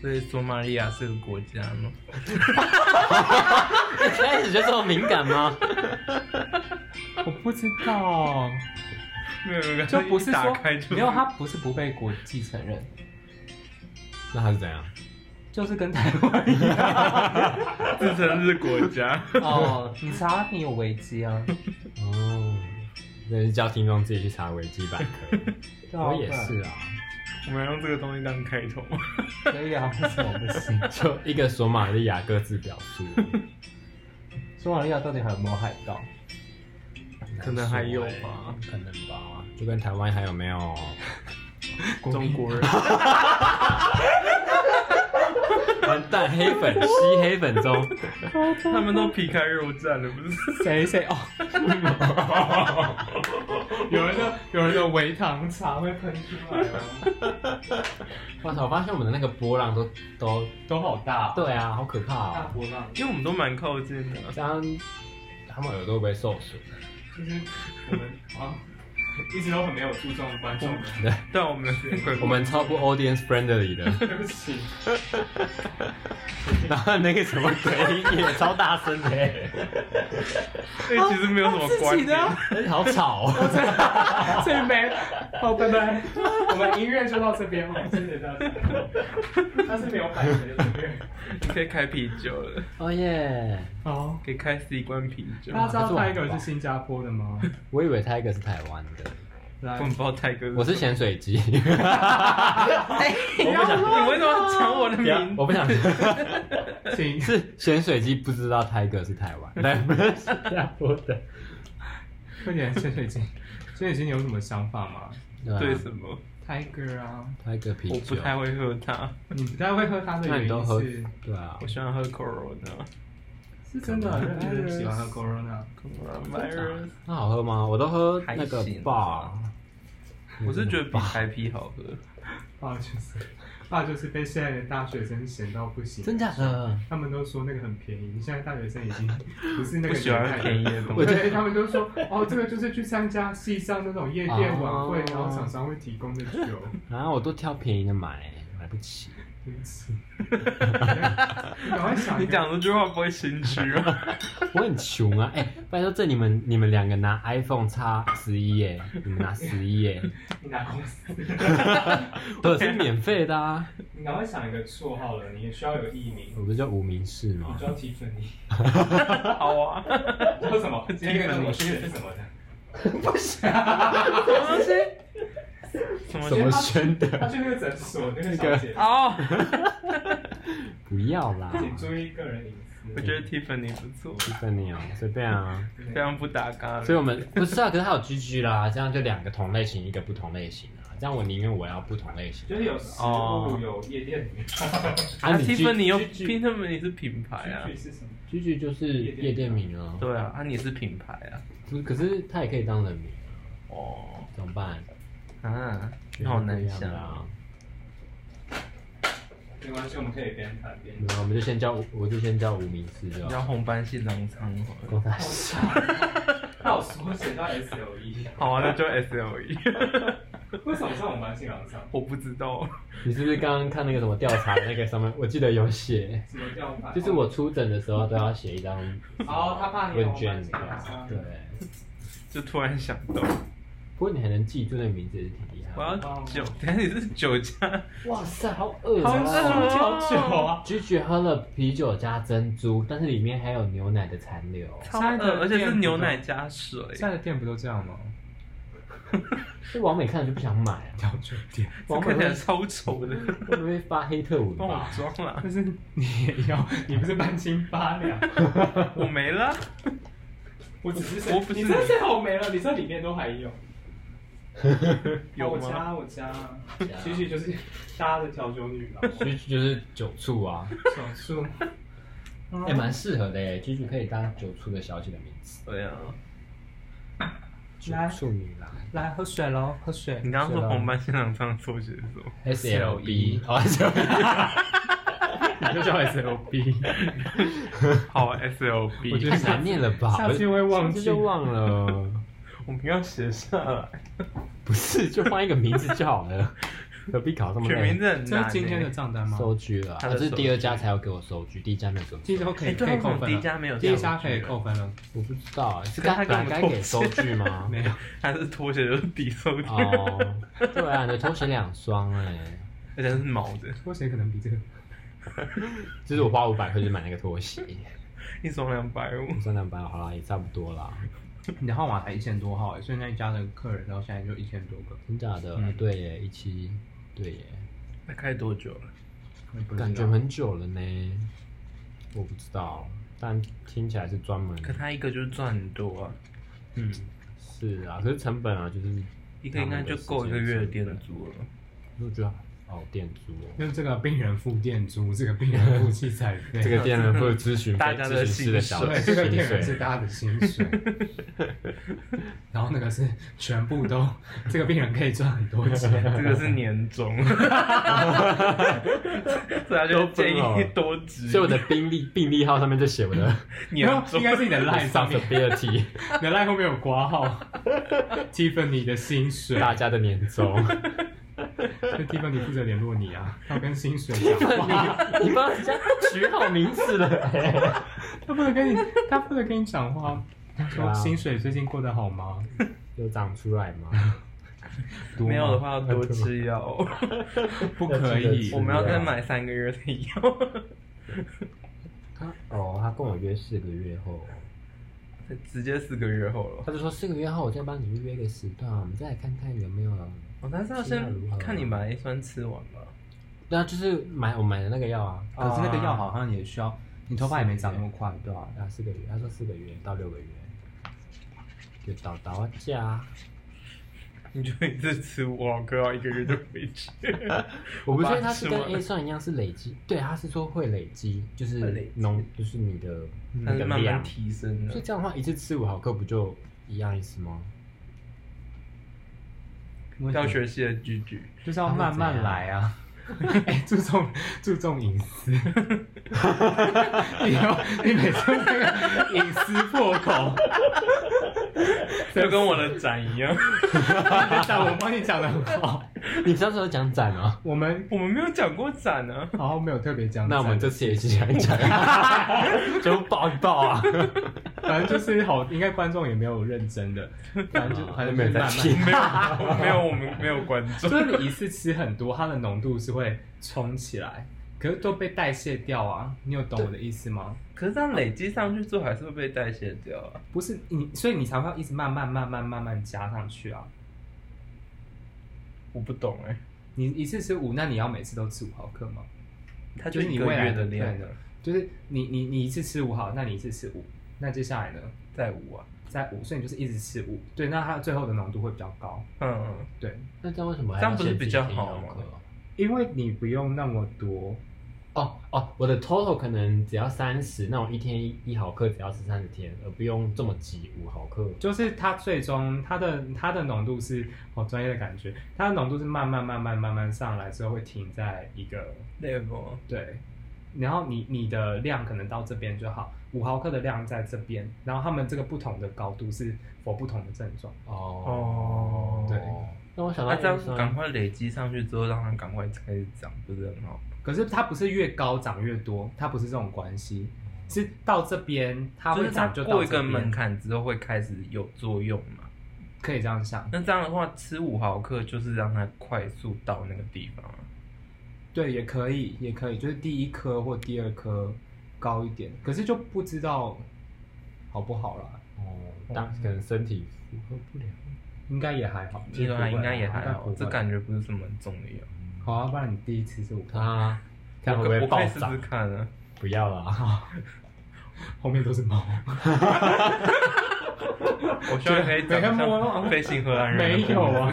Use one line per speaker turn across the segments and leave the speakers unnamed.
所以索马利亚是个国家吗？
一 开始就这么敏感吗？我不知道，
没有，我刚
就
刚
不是
一打
说
开就
没有，它不是不被国际承认，
那他是怎样？
就是跟台湾 一样。
自称是国家。
哦，你查你有危机啊？
哦，那就叫听众自己去查维基百科。
对啊
我也是，啊，
我们用这个东西当开头吗？
不然可以啊，为什么不行？
就一个索马利亚各自表述，
索马利亚到底还有没有海盗？
可能还有吧，
可能吧，就跟台湾还有没有？
中国人，
完蛋，黑粉吸黑粉中，
他们都皮开肉绽了，不是？
谁谁哦？有人的有人的维糖茶会喷出来哦，
哇塞！我发现我们的那个波浪都都
都好大、哦，
对啊，好可怕
大
哦！
波浪，
因为我们都蛮靠近的。
这样他们耳朵会不会受损？
就是我们啊，一直都很没有注重观众的，
对，
但我们鬼
我们超不 audience friendly 的。
对不起，
然后那个什么鬼也超大声的欸，
所以哎其实没有什么关
自己的啊
而
联。
且好吵哦。
所以没好，拜拜。
我们音乐就到这边哦，谢谢大家。他是没有版权的音乐，
你可以开啤酒了，
哦耶！
好。
可以开十一罐啤酒。
大家知道 Tiger 是新加坡的吗？
我以为他一个是台湾的，
来
我，们不知道泰哥，
我是潜水机。
我不想，你为什么要抢我的
不要
名，字？
我不想。
请
是潜水机不知道 Tiger 是台湾，对，不是新加坡的。
快点，潜水机，潜水机，你有什么想法吗
对什么？
？Tiger 啊，
啊，Tiger 啤酒。
我不太会喝它，
你不太会喝它
那
的原
你都
因
喝
是，？
对啊
我，喜欢喝 Corona。
是真的，啊认真喜欢喝 Corona。
Coronavirus，
那好喝吗？我都喝那个
还行
bar。
我是觉得比台啤好喝。
爸就是爸就是被现在的大学生嫌到不行，
真假的？
他们都说那个很便宜，现在大学生已经不是那
不
个
喜欢
年代
便宜的东
西
对，他们都说哦，这个就是去参加系上那种夜店晚会
哦，
然后厂商会提供的 酒。
啊，我都挑便宜的买，买不起。
对不起，赶快想一
你
个，
讲这句话不会心虚吗？
我很穷啊，哎、拜托这你们你们两个拿 iPhone 叉十一耶，你们拿十一 耶，
你拿公司，
都是免费的啊。
你赶快想一个绰号了，你也需要有艺名，
我不是叫无名氏
你
哦
吗
叫？Tiffany，
好啊，
你叫什么？今天跟我选什么的？
什么
什么宣
他
的？
去那个诊所，那个小姐，
哦，
不要啦，
请注意个人隐私。
我觉得 Tiffany 不错，
分你哦，随便啊。
非常不搭嘎。
所以我们不是啊，可是它有 GG 啦，这样就两个同类型，一个不同类型啊。这样我宁愿我要不同类型。
就是有食物，有夜店里面。
哦
啊，你
Tiffany 又
GG
Tiffany 是品牌啊，
具体是什么？
GG 就是夜店名啊，
对啊，啊你是品牌啊，
不是可是它也可以当人名啊，
哦，
怎么办？
啊，你好难想
啊
啊。。
没关系，我们可以边谈边。
没有我们就先叫，我就先叫无名氏就
叫
好。
红斑性狼疮好了
公仔
那我缩写到 S L E，
好啊，那就 S L E。
为什么是我们班新郎上？
我不知道，
你是不是刚刚看那个什么调查的那个上面？我记得有 写，
什么叫法？
就是我出诊的时候都要写一张
哦，他怕你
问
红
卷
斑性狼疮。
对，
就突然想到，
不过你还能记住那个名字也是挺厉害
我
的。
要酒，等下你是酒驾，
哇塞，好恶
好
哦！
好久啊！
菊菊喝了啤酒加珍珠，但是里面还有牛奶的残留。
超饿，而且是牛奶加水，
现在的店不都这样吗？
这王美看了就不想买啊！
调酒店，
王美
看起来
会
超丑 的，
会不会发黑特文
帮我
吧？
装啦，
但是你也要，你不是半斤八两，
我没了，
我只是
我不是
你这是好没了，你这里面都 还有。
有
我
吗？
家我家，哦其实就是大家的调酒女郎，
菊菊就是酒醋啊，
手术。
也蛮适合的耶。菊菊可以当酒醋的小姐的名字，
对啊，
酒醋女郎。
来喝水喽，喝水。
你刚刚说红斑性狼疮抽血的时候，
S L B，好，S L E B，你就叫 S L B，
好 S L B，
我觉得太难念了吧？
下次会忘记
下次就忘了，
我们要写下来，
不是就换一个名字就好了。何必搞这么
取
累？
名字很
这
难、
是今天的
欸。
账单吗？
收据了啊，
他
这
的
是
收
第二
据
家才要给我收据，第一家没有给我收
第一
据。
周可以
哎对啊
可以
为什
扣
么
分
第一
了，
家没有这
第一
样啊
家可以
子
扣分了，
我不知道欸，是
这跟
该
他
本来
跟
该
我们
给
脱
收据 吗？
没有，
他是拖鞋就是底收据，
哦，对啊，你的拖鞋两双哎，
而且是毛的，
拖鞋可能比这个
就是我花五百块去买那个拖鞋，
一双两百五。
三两百好啦，也差不多啦，
你的号码才一千多号哎，所以那一家的客人到现在就一千多个，
真假的？
嗯
对耶，一期，对耶，
那开多久了？
我也不知道
感觉很久了呢，我不知道，但听起来是专门
可他一个就赚很多啊，
嗯，
是啊，可是成本啊，就是
一个应该就够一个月的店租了。
我觉得哦，店租哦。
就是这个病人付店租，这个病人付器材费，
这个店人会咨询费
大家
咨
的
询师的小
对，这个店员是他的薪 水，然后那个是全部 都，这个病人可以赚很多
这
钱，
个是年终， 所以他就建议多值
所以我的病历病历号上面就写我的
年终
应。该是你的 line 上面，
responsibility，
你的 line 后面有挂 号，Tiffany 的薪水
大家的年终。
就，Tiffany 负责联络你 啊，要跟薪水讲话，
你帮人家取好名字了、欸，
他不能跟你，他不能跟你讲话，他
啊
说薪水最近过得好吗？
有长出来吗？
多吗
没有的话要多吃药，
不可以，
我们要再买三个月的药，
他哦，他跟我约四个月后，
直接四个月后了。
他就说四个月后我再帮你预约一个时段，我们再来看看有没有。
我哦但是要先看你把 A 酸吃完吧。
对啊，就是买我买的那个药啊，
可是那个药好像也需要，你头发也没长那么快，对吧？
啊四个月，他说四个月到六个月，就到到家。
你就一次吃五毫克，要一个月就回 去。
我不确定
把
它
它
是
吃
跟
完
A 算一样是累积，对，他是说会累积，就
会
是
累积
浓，就是你的那
但
个
是慢慢
量。
提升
所
的
以，这样的话，一次吃五毫克不就一样意思吗？
要学习的居居，
就是要慢慢来啊。哎、注重 注重隐私，你要你每次那个隐私破口，
就跟我的展一样。
讲我帮你讲的很 好。
你上次有讲展吗？
我们
我们没有讲过展啊，
好像没有特别讲，
那我们这次也一起讲一讲， 全部爆一爆啊！
反正就是好，应该观众也没有认真 的，反正就反正
没有
就是
在
慢
听
慢。
没有， 没有，我们没有观众。
就是你一次吃很多，它的浓度是会冲起来，可是都被代谢掉啊。你有懂我的意思吗？
可是这样累积上去之后，还是会被代谢掉啊。
不是你，所以你才会一直慢慢慢慢慢慢加上去啊。
我不懂哎、
你一次吃五，那你要每次都吃五毫克吗？
它
就是
一
你
个
未来
月的
对
量啊
的，就是你你你一次吃五毫，那你一次吃五，那接下来呢，
在五啊。
在五，所以你就是一直吃五，对，那它最后的浓度会比较高，
嗯，
对，
那这样为什么还
这
要
样不是
限制
比较
一天一
好
毫克
吗
因为你不用那么多，
哦哦，我的 total 可能只要三十，那我一天一一毫克只要吃三十天，而不用这么急五毫克。
就是它最终它的它的浓度是好专业的感觉，它的浓度是慢慢慢慢慢慢上来之后会停在一个
，level
对，然后你你的量可能到这边就好，五毫克的量在这边，然后他们这个不同的高度是否不同的症状。
哦，
对
那我想到
那这
A
样赶
酸，
快累积上去之后，让它赶快开始长，不是很好？
可是它不是越高长越多，它不是这种关系，是到这边它
就
会
是它
长就到
过一
这
个门
边，
槛之后会开始有作用嘛？
可以这样想。
那这样的话，吃五毫克就是让它快速到那个地方啊。
对，也可以，也可以，就是第一颗或第二颗高一点，可是就不知道好不好啦，
哦，但可能身体负荷不了。
应该也还好。
听说它
不会
应该也
啊
还
应不
好，
会
这感觉不是什么很重的药。
好啊，不然你第一次 是五颗，
他看啊会不
我可
会
哦我
暴
可以试试
涨？
看啊。
不要了，
后面都是猫。
我希望可以长
没看摸
得
啊
像飞行荷兰人。
没有啊，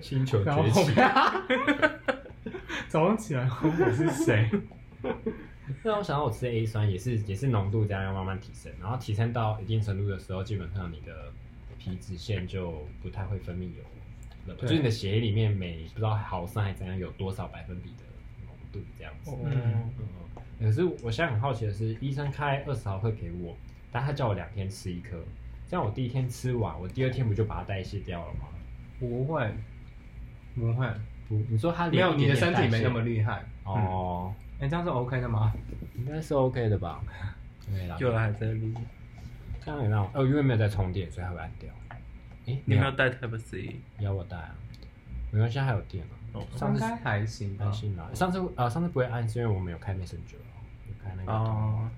星球
然后
崛
后
起。
面 早上起来我是 谁？
那我想到我吃 A 酸也是也是浓度这样要慢慢提升，然后提升到一定程度的时候，基本上你的皮脂腺就不太会分泌油了，
对
就是你的血液里面每不知道毫升还是怎样有多少百分比的浓度这样子。
嗯，
嗯，可是我现在很好奇的是，医生开二十毫克给我，但他叫我两天吃一颗，这样我第一天吃完，我第二天不就把它代谢掉了吗？
不会，不会，
不，你说它
没有，
连一
你的
点
身体
点代
没
谢
那么厉害。
哦，
哎、这样是 OK 的吗？
应该是 OK 的 吧？对啦，
有了还在录。
这样也让我哦，因为没有在充电，所以它会按掉。哎，
你没有
要
带 Type C？
要我带啊？没关系，还有电啊。
哦
上次
应该还行吧
安。心啦，上次啊、呃上次不会按是因为我没有开 Messenger，有开那个
哦，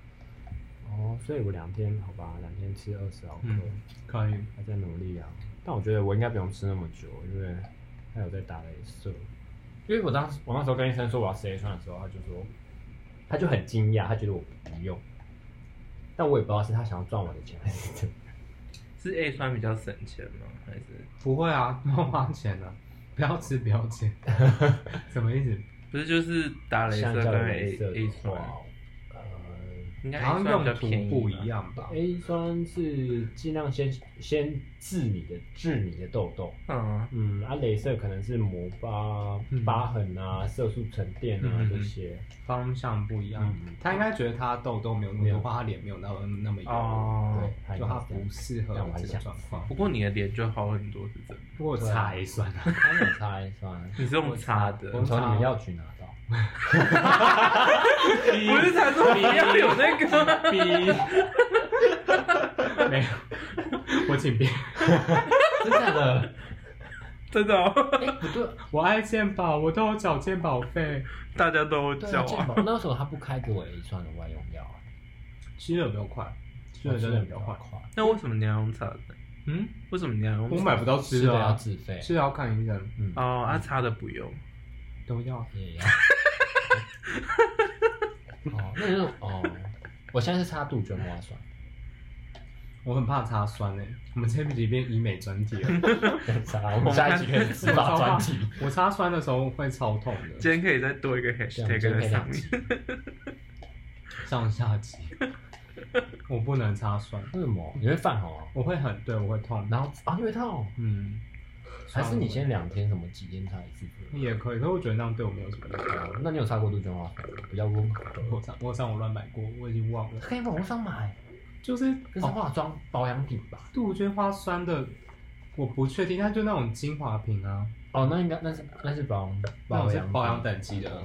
哦，所以我两天好吧，两天吃二十毫克，
嗯
可以。
还在努力啊。但我觉得我应该不用吃那么久，因为还有在打镭射。因为我当时我那时候跟医生说我要吃 A 酸的时候，他就说，他就很惊讶，他觉得我不用。但我也不知道是他想要赚我的钱还是怎么样。
是 A 酸比较省钱吗？还是
不会啊， 不用花钱啊，不要吃，不要钱，什么意思？
不是就是打镭
相
射
较
跟
于
A
镭射
A
的
酸，
话，呃
应该
好
A
像
酸
用
比较
途
便宜吧
不一。样吧？
，A 酸是尽量先先治你的治你的痘痘。
嗯，
嗯，啊，镭射可能是磨疤、
嗯
疤痕啊、色素沉淀啊、
嗯嗯嗯
这些。
方向不一样。
嗯
他应该觉得他痘痘没有那么
没有
多，或他脸没有那么那么油，
哦，
对，
就他不 适合
但我还
这个
想
状况
不。过你的脸就好很多，是真的。
不过我擦也算了，
他有擦一刷，
你是用擦的，
我从你们药局拿到。
不是才说你要有那个？
逼， 没有，我请别人，
真的假的？
真的哦，
哎，不对，
我爱健保，我都有缴健保费，
大家都
对
叫
啊，
啊
健。保那时候他不开给我 A 酸的外用药啊，
吃了有没有快？吃
我
了真的有
比
没
较
有快？
快，
那为什么你要用擦的？
嗯，
为什么你要用
我
擦？
买不到
吃
吃
的
的
要
啊，
自费，
吃的要看医生，
嗯，
哦，啊，擦的不用。
都要。
也要。哦，那就是哦，我现在是擦杜鹃花酸，
我很怕擦酸诶、我们这一集变医美专题 了。
擦，我们下一集可以执法专题。
我擦酸的时候会超痛的，
今天可以再多一个
这样
hashtag
真
在
配
上
两
面
集。。
上下集。我不能擦酸，
为什么？你会泛红、啊？
我会很对，我会痛。
然后啊，因为痛，
嗯，
还是你
酸
先两天什么几天擦一次？
我也可以，可是我觉得那样对我没有什么用。
哦那你有擦过杜鹃花粉？比较温和。
我上我上网乱买过，我已经忘了，
可以网络上买，
就是
这是
哦，
化妆保养品吧？
杜鹃花酸的，我不确定，它就那种精华瓶啊，
哦，那应该那是那是保养
那种是
养
保
保
养等级的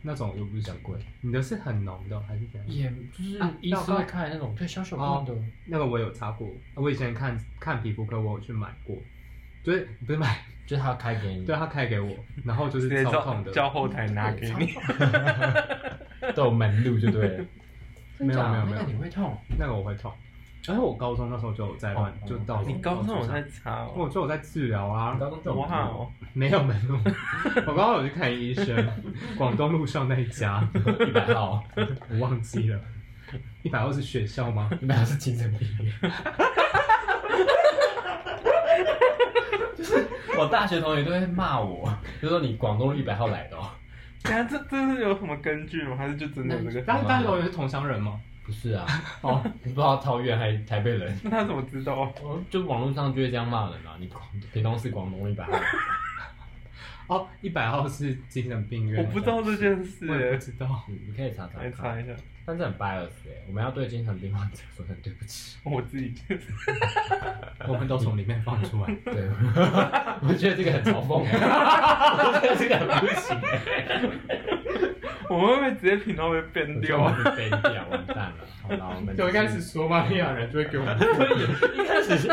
那种我就不是很贵。你的是很浓的哦还是怎样？
也就是
啊
医师会开那种对小小罐的，
那个我有擦过，我以前看看皮肤科，我有去买过，就是不是 买，
就是他开给你
对他开给我，然后就
直
是
接
超
叫
痛的，
叫后台拿给 你。
都有门路就对了。
没有没有没
那
有
个你会痛，
那个我会痛。而且我高中那时候就有在乱
哦，
就到
你高中有在，擦
因为我
哦？
就有在治疗啊，
高中就有
哇哦，
没有门路。我刚刚有去看医生， 广东路上那一家，
一百号，
我忘记了。一百二是学校吗？
一百号是精神 病院。就是我大学同学都会骂我，就说你广东路一百号来的、哦，
等下这这是有什么根据吗？还是就真的有这个？
但但是我也是同乡人吗？
不是啊，
哦，
你不知道桃园还是台北人，
那他怎么知道？
我就网络上就会这样骂人啊。你广屏东是广东一百 号，
哦，一百号是精神病
我
院，
不知道这件事
我也不
欸，
知 道。
你你可以查查
来
看。
查一下。
但是很 bias 哎、我们要对精神病患者说声对不起。
我自己
我们都从里面放出来。
对， 我觉得这个很嘲 讽、欸，我觉得这个很不行、
我们会不会直接频道被变掉 啊？
飞掉，完蛋了。好了，我们
就一开始索马利亚人就会给我们，
一开 始是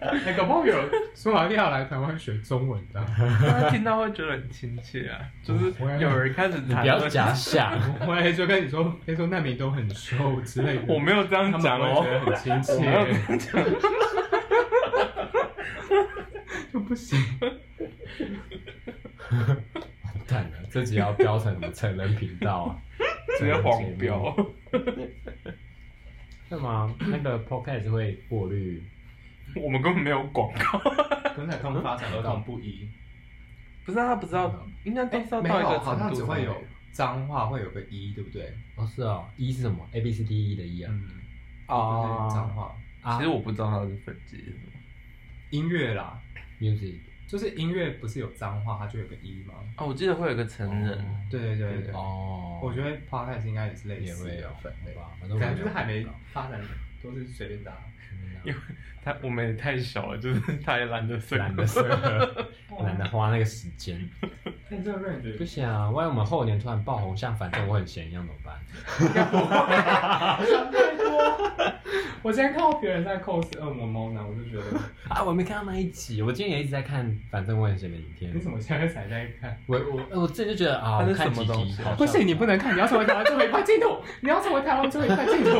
哎，搞不好有索马利亚来台湾学中文的，
他听到会觉得很亲切啊，就是有人开始
你
谈
不要
论
假想，
我也就跟你说，可以说难民都很瘦之类的。
我没有这样讲
我觉得
哦，
很亲
我没
切，
有这样讲。
就不行。
完蛋了，这集要标成什么成人频道啊？
直接黄标。
是吗？那个 podcast 会过滤
我们根本没有广告。
可能他们发展儿童不一，
不是啊他不知道，应该都是要
哎没
哎到一
有，
个
好像
程
只
度
会有脏话会有个一，对不对？
哦，是哦，一是什么？A B C D E 的 E 啊。
嗯，
哦
就是脏话，
啊
其实我不知道它的分级是什么。
音乐啦，
music
就是音乐不是有脏话，它就有个一吗？
哦，我记得会有个成人，
对对对对，
哦，
我觉得 podcast 应该也是类
也
似
会有
的分类
好。吧，反正我
感
们
觉就是还没发展
都是随便打。
因为他我们也太小了，就是他也懒得睡，
懒得设，懒得花那个时间。
但这个 r
不
a
行啊，万一我们后年突然爆红，像反正我很闲一样怎么办？
我今天看到别人在 cos 恶魔猫呢，我就觉得
啊，我没看到那一集，我今天也一直在看，反正我很闲的影片
你。怎么现在才在看？
我我我自己就觉得啊，
它是
我看
什么
几集
东西啊
好像
不行，你不能看，你要成为台湾最后一块净土，你要成为台湾最后一块净土。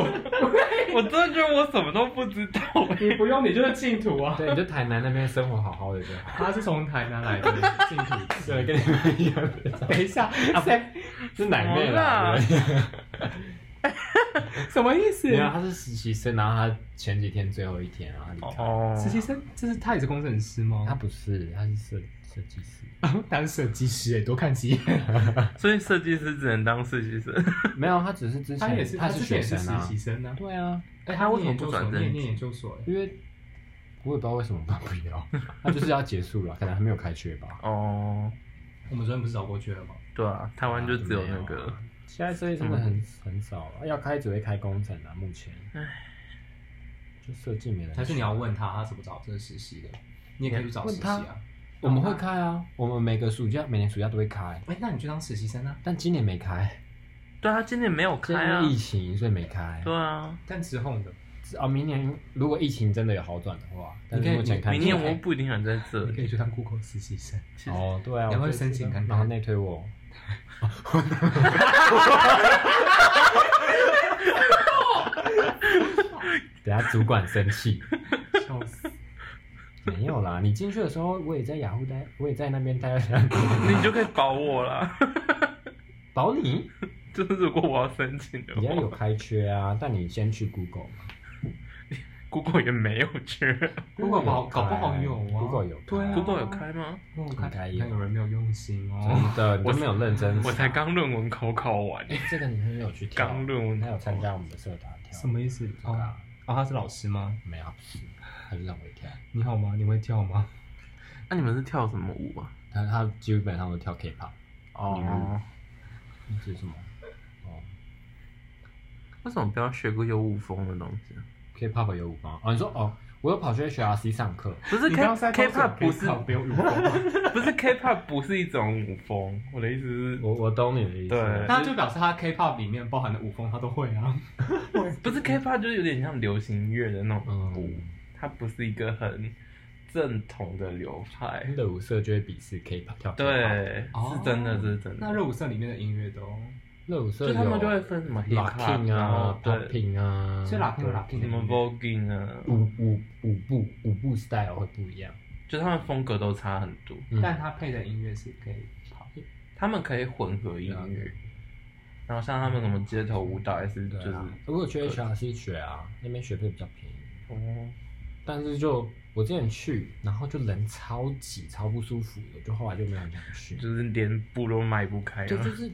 我真的觉得我什么都不知道。
你不用，你就是净土啊！
对，你就台南那边生活好好的就好。
他是从台南来的净土鸡。
对，跟你们一 样，
等一下，谁
是奶妹啦。
什
对
什么意思
没？有，他是实习生，然后他前几天最后一天，然后他离开。
哦，
实习生，这是他也是工程师吗？
他不是，他是设设计师，
他是设计师哎，多看几眼。
所以设计师只能当设计师。
没有，他只是之前
他也是，
他
之前
学
也是
生
实
啊
习。生啊。
对啊，
哎，
他为什么不转正
念念研究所？哎
因为我也不知道为什么他不要， 他就是要结束了，可能还没有开学吧。
哦，
我们昨天不是找过去了吗？
对啊，台湾就只有那
没
个
有啊。现在设计真的很很少啊，要开只会开工程啊，目前。就设计没人。
还是你要问他，他怎么找这个实习的？你也可以去找实习
问
啊。
我们会开啊，我们每个暑假每年暑假都会开，
哎，那你就当实习生啊。
但今年没开，
对啊，他今年没有
今
开啊
年。疫情所以没开。
对啊，
但之后呢？
哦，明年如果疫情真的有好转的话，但是
你可以
目前看
明
起来
年我不一定还在这
你可
里。
以去当 Google 实习生。
哦，对啊，
你要不要
我就
申请
知道
看看
然后内 推我。等下主管生气，
笑死！
没有啦。你进去的时候，我也在雅虎待，我也在那边待了两个月。
你就可以保我啦。
保你，
就是如果我要申请的
你要有
话
开缺 啊，但你先去 Google 嘛。
，Google 也没有 缺。
Google 不好
有开
搞不好有啊
Google 有开，
对啊
Google 有开吗？
我看
应该
看
有
有人没有用心哦。
真的，你都没有认真。
我才刚论文考考完，
哎，这个你很有去跳，
刚论文
他有参加我们的社团跳，
什么意思？
对啊？
哦，他是老师吗？
没有，不是他就让我跳，
你好吗？你会跳吗？
那啊你们是跳什么舞啊？
他他基本上都跳 K-pop，
哦，
那是什么？哦
为什么不要学个有舞风的东西啊？
，K-pop 有舞吗？哦，你说哦，我有跑去 HRC 上课，
不是
你
K
刚刚是在
K-pop 不是
不用舞，
不是 K-pop 不是一种舞风，我的意思是，
我我懂你的意思。
对
那就表示他 K-pop 里面包含的舞风他都会啊。
不是 K-pop 就是有点像流行音乐的那种舞，
嗯
它不是一个很正统的流 派，
热舞社就会鄙视 K-pop 跳 K-pop，
对，
哦
是真的，这是真
那
的。
热舞社里面的音乐都，
热舞社
就
有
他们就会分什么 hip hop，
locking
然
啊
后对，
，popping 啊，
所以 locking 有 locking
什么 voguing 啊，
舞舞舞步舞步 style 会不一样，
就他们风格都差很多。
嗯
但他配的音乐是可以跑。
他们可以混合音乐，然后像他们什么街头舞蹈也是，就
对
是
啊，如果去 HRC 学啊，那边学费比较便宜。
哦，
但是就我之前去，然后就人超挤，超不舒服的，就后来就没有很想去。
就是连步都迈不开
对，
啊
就。是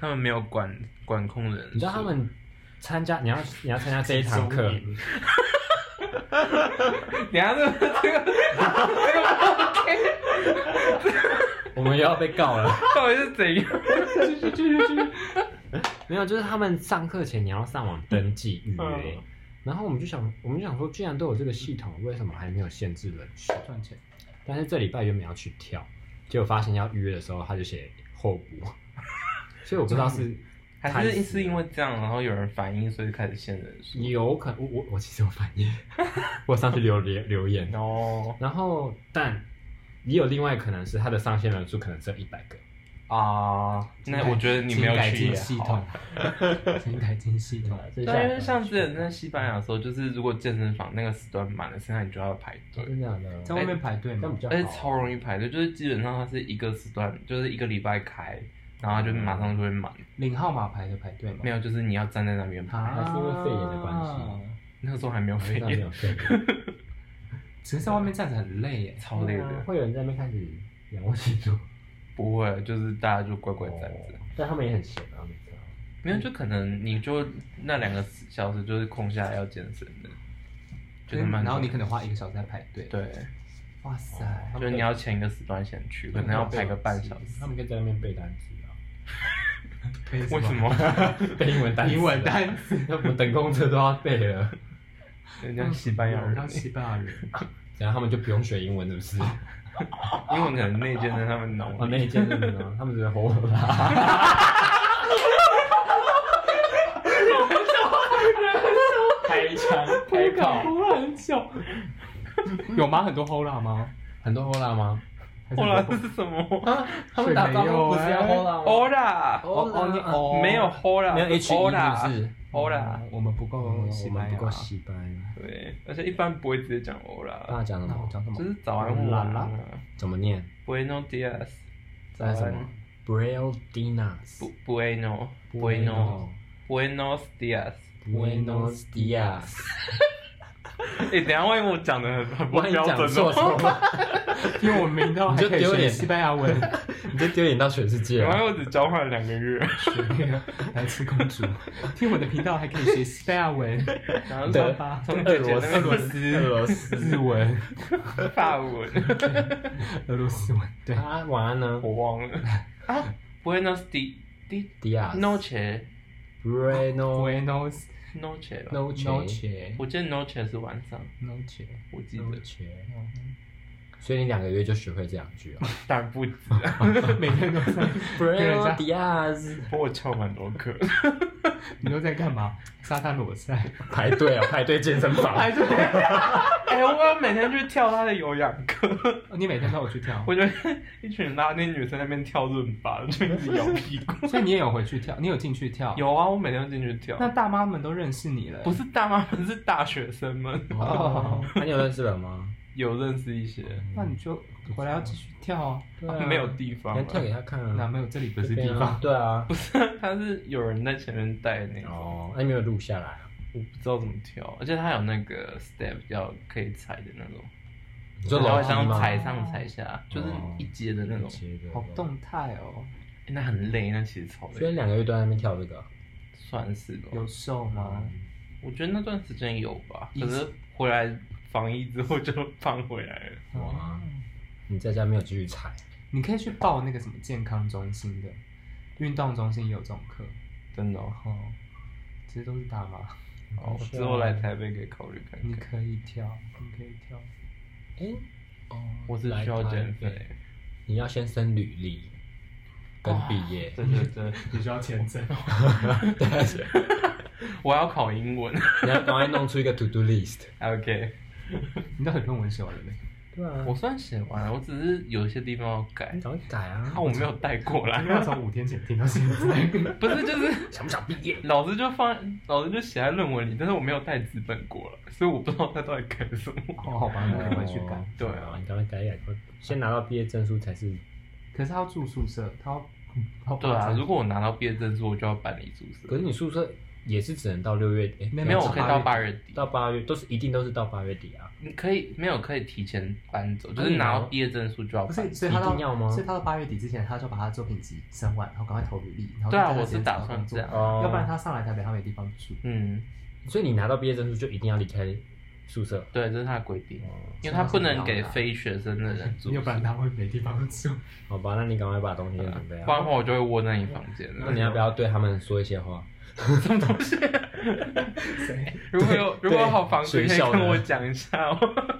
他们没有管管控人，
你知道他们参加，你要你要参加这一堂课，
等一下这个这个
我们又要被告 了。
到底是 怎样？
没有，就是他们上课前你要上网登记预约
嗯，
然后我们就想，我们就想说，既然都有这个系统，为什么还没有限制人数？
赚钱，
但是这礼拜原本要去跳，结果发现要预约的时候，他就写 候补，所以我不知道是
还
开
是
始
是因为这样，然后有人反应，所以开始限人数？
有可能我我我其实有反 应，我上去留言留言，
哦
然后但也有另外可能是他的上线人数可能只有一百个，
啊，那我觉得你没有
请改
去
进
也
系
好
统。，请改进系统。
对啊
对，因为像之前在西班牙的时候，就是如果健身房那个时段满了，现在你就要排队，
真的假的，
在外面排队吗
这哎样比？较
而且
好
超容易排队，就是基本上它是一个时段，就是一个礼拜开，然后它就马上就会满。
领号码牌的排队吗？
没有，就是你要站在那边排。
啊，
还是因为肺炎的关系。
那个时候还没有
非
肺
常没
炎
有，睡，
只是在外面站着很累耶。
超累
对啊
的。
会有人在那边开始仰卧起坐，
不会，就是大家就乖乖站着
哦。但他们也很闲啊，每次啊。
没有，就可能你就那两个小时就是空下来要健身的，就是蛮。
然后你可能花一个小时在排队。，
对，
哇塞，
就是你要前一个时段先去，可能要排个半小 时。
他们可以在那边背单词啊。
可以
为什？么？
背英文单词，
英文，单词，
要不等公车都要背了，
人家西班牙 人
让，西班牙人，
然后他们就不用学英文，是不是？
英文可能内建在他们脑
哦，
里。
那一件真的呢，他们只能吼我啦。
开枪开炮，
了很久。有吗？很多 hola 吗？
很多吼啦吗？
欧拉是什么？
他们打招呼不是要
哎
吼啦吗？
欧拉，
哦哦你哦
没有欧拉，
没有 H
欧
E
拉
是不，是？
欧拉，
我们不够西
哦我
班
们
牙，
不够西班牙。
对，而且一般不会直接讲欧
刚
拉，
才讲什么？啊讲什
就
么？
是早安或晚安
啦
啊。
怎么念？
Buenos dias，
在什么？Braille Dinas。
不 Bueno Bueno Buenos dias。
Buenos dias。
哎，等一下万一我讲的很很不
万一
标准
讲错
哦，
什么，
因为我们明道还可
你
以
就丢
学
脸
西班牙 文，
你就丢脸到全世界啊
然
了。
后我只交换了两个月，
学那个白痴公主。听我的频道还可以学西班牙文、
然后
德
从
从
从
俄
姐姐
罗斯、俄
那
罗
边
斯、俄罗
日
斯。
文、
法文，
俄罗斯文。对，
啊，晚安 呢
我忘了啊，Buenos di di
，Dias。
noche
Bueno
Buenos
noche 吧，
noche。
noche
我记得 noche 是晚上，
noche
我记得，
所以你两个月就学会这两句哦。
但 不止，
每天都在，
Braille Dias。
我翘蛮多课，
你都在干嘛？沙滩裸晒，
排队啊，排队健身房。
哎，对，
哎，我要每天去跳他的有氧课，
哦你每天都有去跳，
我觉得一群拉丁女生在那边跳润吧，就一直摇屁股。
所以你也有回去跳，你有进去跳。
有啊，我每天都进去跳。
那大妈们都认识你了，
不？是大妈们，是大学生们，
哦，那你有认识人吗？
有认识一些，
那你就回来要继续跳啊。
对啊
没有地方
你
啊
要。跳给他看
哪
啊。
没有？这里不
不
是地方。
对啊。
他是有人在前面带那个，
哦，那你没有录下来啊？
我不知道怎么跳，而且他有那个 step 要可以踩的那种，
你说
他
楼
会
梯
像
吗？
踩上踩下，就是
哦
一阶的那种，
切的
好。动态哦，
欸那很累，那其实超
所以
累，
两个月都在那边跳这个。
算是吧。
有瘦吗？
我觉得那段时间有吧，可是回来防疫之后就放回来了。
哇，你在家没有继续踩？
你可以去报那个什么健康中心的，运动中心也有这种课
真的哦，
哦。其实都是大妈，
哦我之后来台北可以考虑看
你
看。
可以跳，你可以跳。
哎，哦，
我是需要减肥
来台，北。你要先升履历，跟毕业。
对对对，
你需要签证， 啊
对，
我要考英文。
你要赶快弄出一个 to do list。
OK，
你都很论文写完了没？
对啊
我算写完了，我只是有一些地方要改
你，赶快改啊
啊，！我没有带过来
因。为从五天前听到现 在，
不是，就是
想不想毕业？
老师就放，老师就写在论文里，但是我没有带纸本过来，所以我不知道他到底改什么。
哦好好吧，那你回去改。
哦
对啊，
你赶快改一改，赶快先拿到毕业证书才是
可是他要住宿舍，他要他
对啊，如果我拿到毕业证书，我就要搬离宿舍
可。是你宿舍也是只能到六月，诶，
没
没有，我可以到八
八
月底。
到八月都是一定都是到八月底啊。
你可以没有可以提前搬走，就
可
是
以吗
拿到毕业证书就要
不
搬
是，。所以他
一
到
定要吗
所以他到八月底之前，他就把他作品集审完，然后赶快投履历。然后
对啊，
就在
我
那
是
边
打
找
算
工
这
作
样。
哦
要不然他上来台北，他没地方住。
嗯，
所以你拿到毕业证书就一定要离开宿舍。
对，这是他的规定，因为他不能给非学生的人住，
要不然他会没地方 住。
好吧，那你赶快把东西先准备
啊不
好。
然的话我就会窝在你房间
那
了。
你要不要对他们说一些话？
如果有如果有好房子，可
学
以
校的
跟我讲一下哦。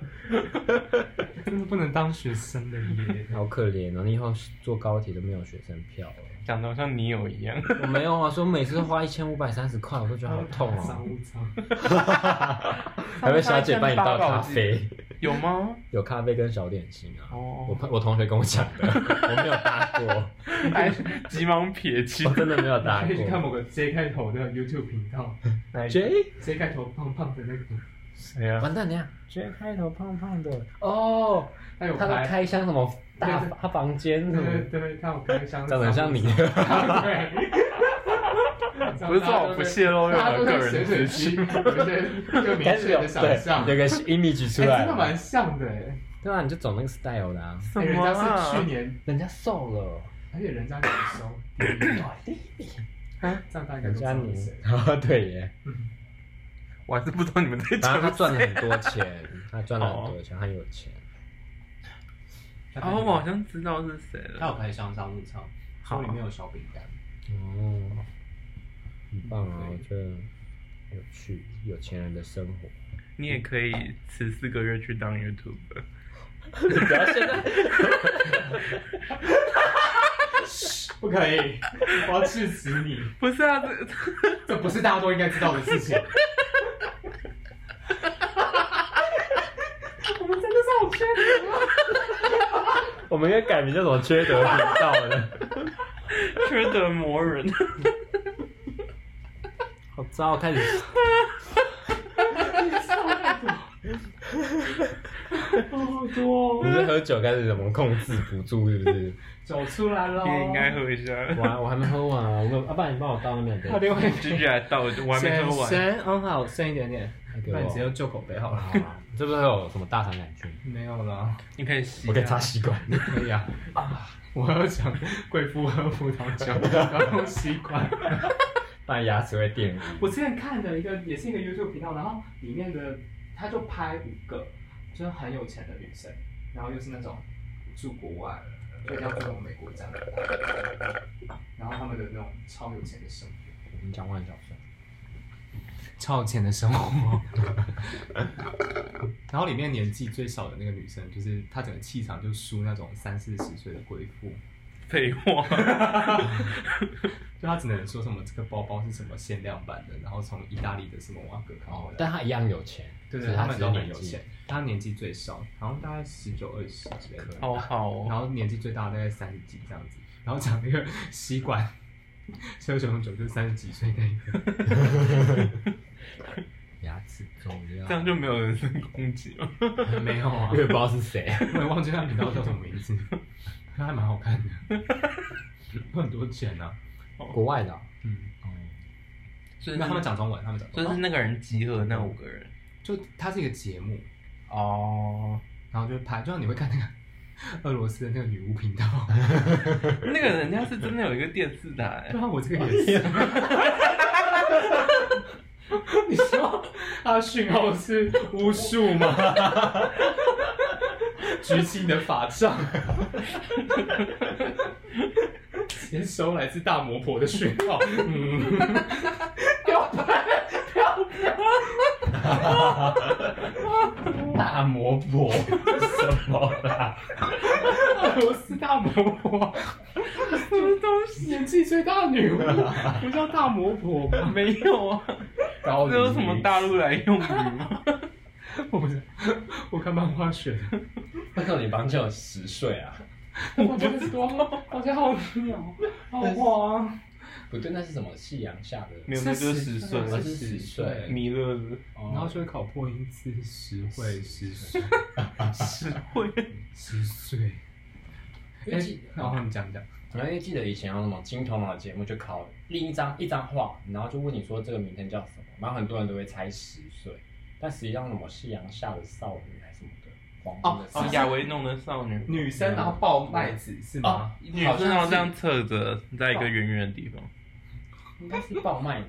真的不能当学生的 耶。
好可怜哦，你以后坐高铁都没有学生票了。
讲的好像你有一样，
我没有啊，所以我每次都花一千五百三十块，我都觉得好痛
商
哦。
务舱，
还会小姐帮你倒咖啡，
有吗？
有咖啡跟小点心啊。
哦
我朋我同学跟我讲 的，我没有搭过，
还急忙撇清
我。真的没有搭
可以去看某
过。
个 J 开头的 YouTube 频道
哪一个
J
，J 开头胖胖的那个，
哎谁啊？
完蛋，等一下 J 开头胖胖的哦，
他有
他的
开，
开箱什么大
对对
他房间什
对
么，
对，他有开箱，
长得很像你。
对，
不是说我不哦泄露任
大家
何
都
个
在水
人
水
资
区，
讯。
有些就明
开始
确
有
的想象，
对有
哎，
个 image 出
真
来
的蛮
了。
像的哎。
对啊，你就走那个 style 的啊。
什
哎人家
么
是去
啊？
年，
人家瘦了，
而且人家年收第一名，这样大家
人
都知
家
道
你
是谁。
哦 对耶，
我还是不知道你们 在
反正他
讲
赚了
谁。
很多 钱，他赚了很多钱，他有钱。
哦，我好像知道是谁
他有
了。
开箱商务舱，
好
所以里面有小饼干。
哦，很棒啊！我觉得有趣，有钱人的生 活。
你也可以十四个月去当 YouTube。
不要现在，
不可以，我要制止你，
不是啊，这
这不是大家都应该知道的事情。我们真的是好缺德啊！
我们应该改名叫什么缺德频道了？
缺德魔人。
好糟，开始。
好多、
你是喝酒开始怎么控制不住，是不是？
走出来了，
你应该喝一下。
我还我还没喝完啊，我没有，阿爸你帮我倒那边
他
的，
另外一杯
继续来倒，我还没喝完。
深，嗯，好，深一点点。
给
那
我
你直接用旧口碑好了。
啊你是不是有什么大肠杆菌？
没有了，
你可以洗、啊。
我可以插吸管。
可以啊。我要讲贵妇喝葡萄 酒，然后吸管。
不然牙齿会电晕。
我之前看的一个也是一个 YouTube 频道，然后里面的他就拍五个就是很有钱的女生，然后又是那种住国外，就一定要住那种美国这样的，然后他们的那种超有钱的生活，
你讲话很小声。
超有钱的生活。然后里面年纪最小的那个女生，就是她整个气场就输那种三四十岁的贵妇，
废话，
就她只能说什么这个包包是什么限量版的，然后从意大利的什么瓦格扛回
哦
来，。
但他一样有钱，
对
只
对，
是
他
只
们
是
都很
年
有
纪
钱，他年纪最少，好像大概十九二十之类的，
好好
然
哦。
后年纪最大大概三十几这样子，然后讲那个 吸管，小熊九就三十几岁那个，
牙齿重要。
这样就没有人身攻击了。
没有啊
我，也不知道是 谁。
我也忘记他频道叫什么名字，他还蛮好看的，有很多钱啊，
国外的哦、
嗯，
哦，
所以
那他们讲中文，他们讲
就
中文，哦
是那个人集合那五个人。
就它是一个节目，
哦，
然后就拍，就像你会看那个 俄罗斯的那个女巫频道，
那个人家是真的有一个电视台
对，啊，我这个也是。 你说他的讯号是巫术 吗？举起你的法杖，接收来自大魔婆的讯号。嗯，
大魔婆什么啦？
俄罗斯大魔婆，什么东西？年纪最大的女巫，不叫大魔婆吗？
没有啊，
然后
这有什么大陆来用语吗？
我不是，我看漫画学的，
那时候你帮舅十岁啊？
我觉得多，我觉得好鸟，好黄。
不对，那是什么？夕阳下
没
的
有，那就是十岁
我
我
是
是十
十岁哦
岁，
弥勒的
然后就会考破音字，十会十岁，
实惠。
十岁。
因为记得
然后你讲讲，
然后因为记得以前有什么金童老节目，就考另一张一张画，然后就问你说这个名称叫什么，然后很多人都会猜十岁，但实际上什么夕阳下的少女还是什么的，黄昏的少
哦是
女，
亚维弄的少女，哦
女生然后抱麦子是吗？
女生要这样侧着，在一个远远的地方。
应该是爆麦。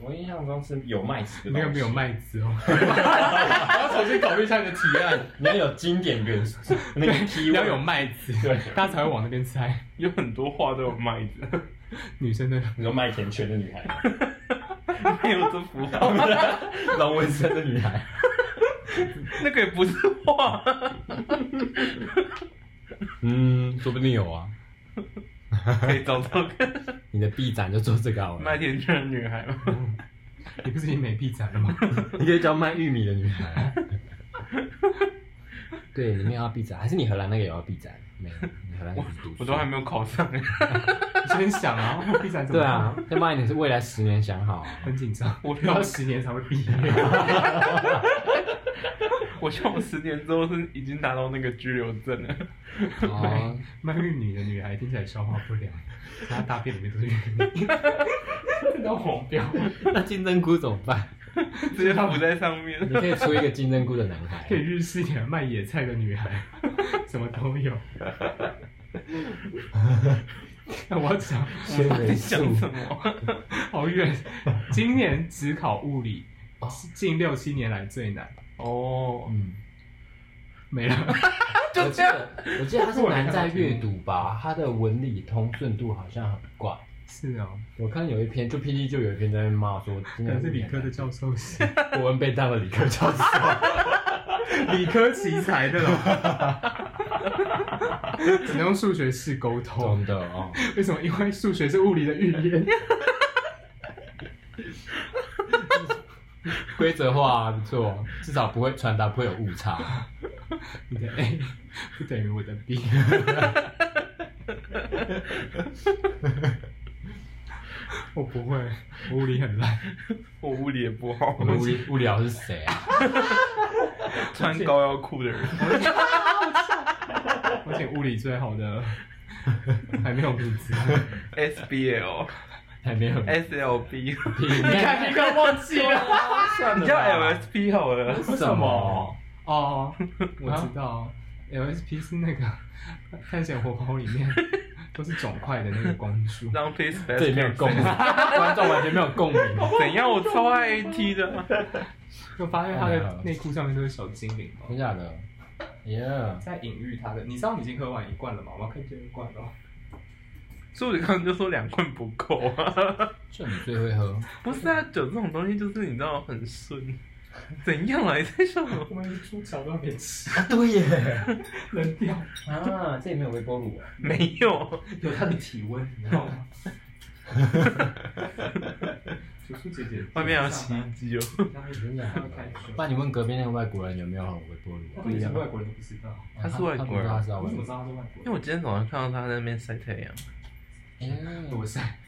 我印象中是有麦子的，
那个没有，麦子 哦，我要重新考虑一下你的提案，
你要有经典元素，那个 key
要有麦子，
对，
大家才会往那边猜。
有很多话都有麦子，
女生的
你说麦田圈的女孩吗，
没有这幅 画，
龙纹身的女孩，
那个也不是画。
嗯，说不定有啊。
可以找到个
你的臂展就做这个好
麦田圈的女孩吗？
你不是已经没臂展了吗？
你可以叫卖玉米的女孩。 对，里面要臂展，还是你荷兰那个也要臂展？没有，你荷兰
我
只是读书
我都还没有考上，哎
你先想啊，我臂展怎么？
对啊，，要不然你是未来十年想好、啊。
很紧张，
我
要十年才会毕业。
我希望我十年之后是已经拿到那个居留证了。
哦，
卖玉米的女孩听起来消化不良，她大便里面都是玉米， 这都黄标。
那金针菇怎么办？
直接浮在上面
你。可以出一个金针菇的男孩
可以。日式一点卖野菜的女孩， 什么都 有。那我要讲
纤
我在
维素
想什么？
好远，今年只考物理
哦，
是近六七年来最难，
哦，
嗯，
没了。
我记得，我记得他是难在阅读吧，他的文理通顺度好像很怪，
是哦，
我看有一篇，就 P D 就有一篇在那边骂说，
可
真的
能是理科的教授是
国文被当了理科教授，
理科奇才的
哦
啦，只能用数学式沟通。
真的哦，
为什么？因为数学是物理的语言。
规则化、不错，至少不会传达不会有误差。
你的 A 不等于我的 B。我不会，我物理很烂，
我物理也不好
我，们物理物理老师是谁啊？
穿高腰裤的人，
而且物理最好的还没有名字。
SBL、
还没有
SLB，
你看
你快忘记 了？
算
你叫 LSP 好了。
什么？
哦，我知道，LSP 是那个《探险活宝》里 面都是肿块的那个公主。
让 Face
这里没有共鸣，观众完全没有共鸣。
怎样？我超爱 AT 的，
就发现她的内裤上面都是小精灵吗？
真假的？耶、
在隐喻他的。你知道你已经喝完一罐了吗？我要看第二罐了。
所以我刚刚就说两罐不够啊。
就你最会喝，
不是啊，酒这种东西就是你知道很顺。怎样啊？你在笑什么？
我们猪脚都没吃，
对耶，
扔掉，
啊，这里没有微波炉、啊，
没有，
有他的体温，你知道吗？叔叔姐姐，
外面还有洗衣机哦。
真的
他会开始
那你问隔壁那个外国人有没有微波炉、啊
他？们是外国人都不知道，
他是外国人
他不知道
我怎么
他
知道他是外国
因为我
人？
今天早上看到他在那边晒太阳，
是外国人。
我晒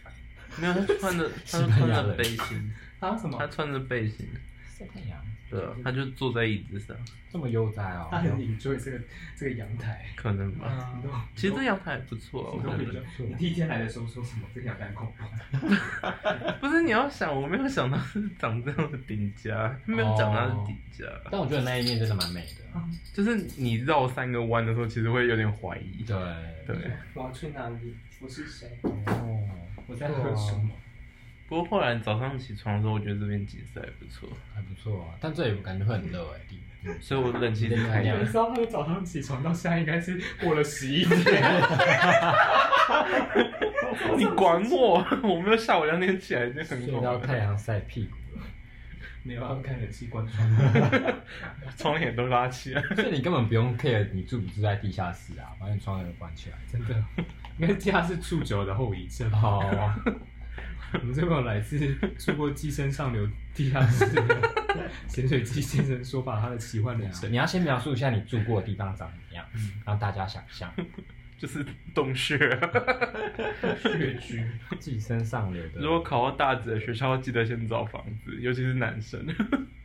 没有，他穿着，他
西
就
班
穿
牙人
着背心，
啊什么
他？穿着背心，
晒太阳，
对啊，他就坐在椅子上，
这么悠哉哦。
他很 enjoy 这个这个阳台。
可能吧。
嗯
啊，
嗯其实这阳台也不错啊，我
都
觉
会
得。
说，你第一天来的时候说什么？这个阳台很恐怖。
不是你要想，我没有想到是长这样的顶家，没有讲它是顶家，
但我觉得那一面真的蛮美的。
啊
就是你绕三个弯的时候，其实会有点怀疑。
对
对，
我要去哪里？我是谁？
哦，
我在喝什么？
不过后来早上起床的时候，我觉得这边景色还不错，
还不错啊，但这里感觉会很热哎、地嗯
所以我冷气是 开
对
的
啊
你。知道他的早上起床到现在应该是过了十一天，
你管我，我没有下午两点起来就很
睡
恐
到
怖，
太阳晒屁股了，
没有要看冷气关窗。
窗帘都拉起来。
所以你根本不用 care 你住不住在地下室啊，把你窗帘关起来。
真的，因为他是住久的后遗症。
哦，
我们这朋友来自住过寄生上流地下室的咸水鸡先生说法，他的奇 幻人生。
你要先描述一下你住过的地方长怎么样，让大家想象。
就是洞穴。
血居，
寄生上流的，
如果考到大几的学校，记得先找房子，尤其是男生。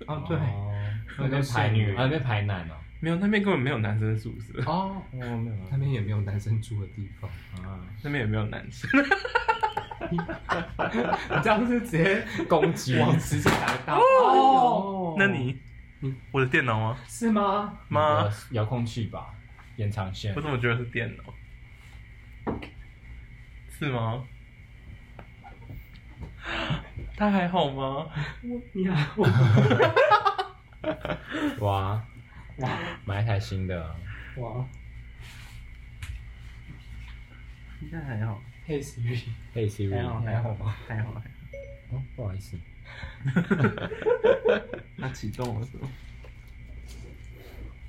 哦，对，
哦那
那
边
边
排
排
女
女，
啊那边排男哦。
没有，那边根本没有男生宿舍，
哦，我没有
那边也没有男生住的地方。
啊，
那边也没有男生。
你这样是直接
攻击
往直接打到
哦，
哦
那你
嗯，
我的电脑吗？
是吗？
妈，
遥控器吧，延长线
我。怎么觉得是电脑？是吗？ 他还好吗？
你啊，
哇哇，买一台新的，
哇，
应该还好，
嘿 Siri，
嘿 Siri，
还好吗？还好，还好。
哦不好意思，
那启动了是吗？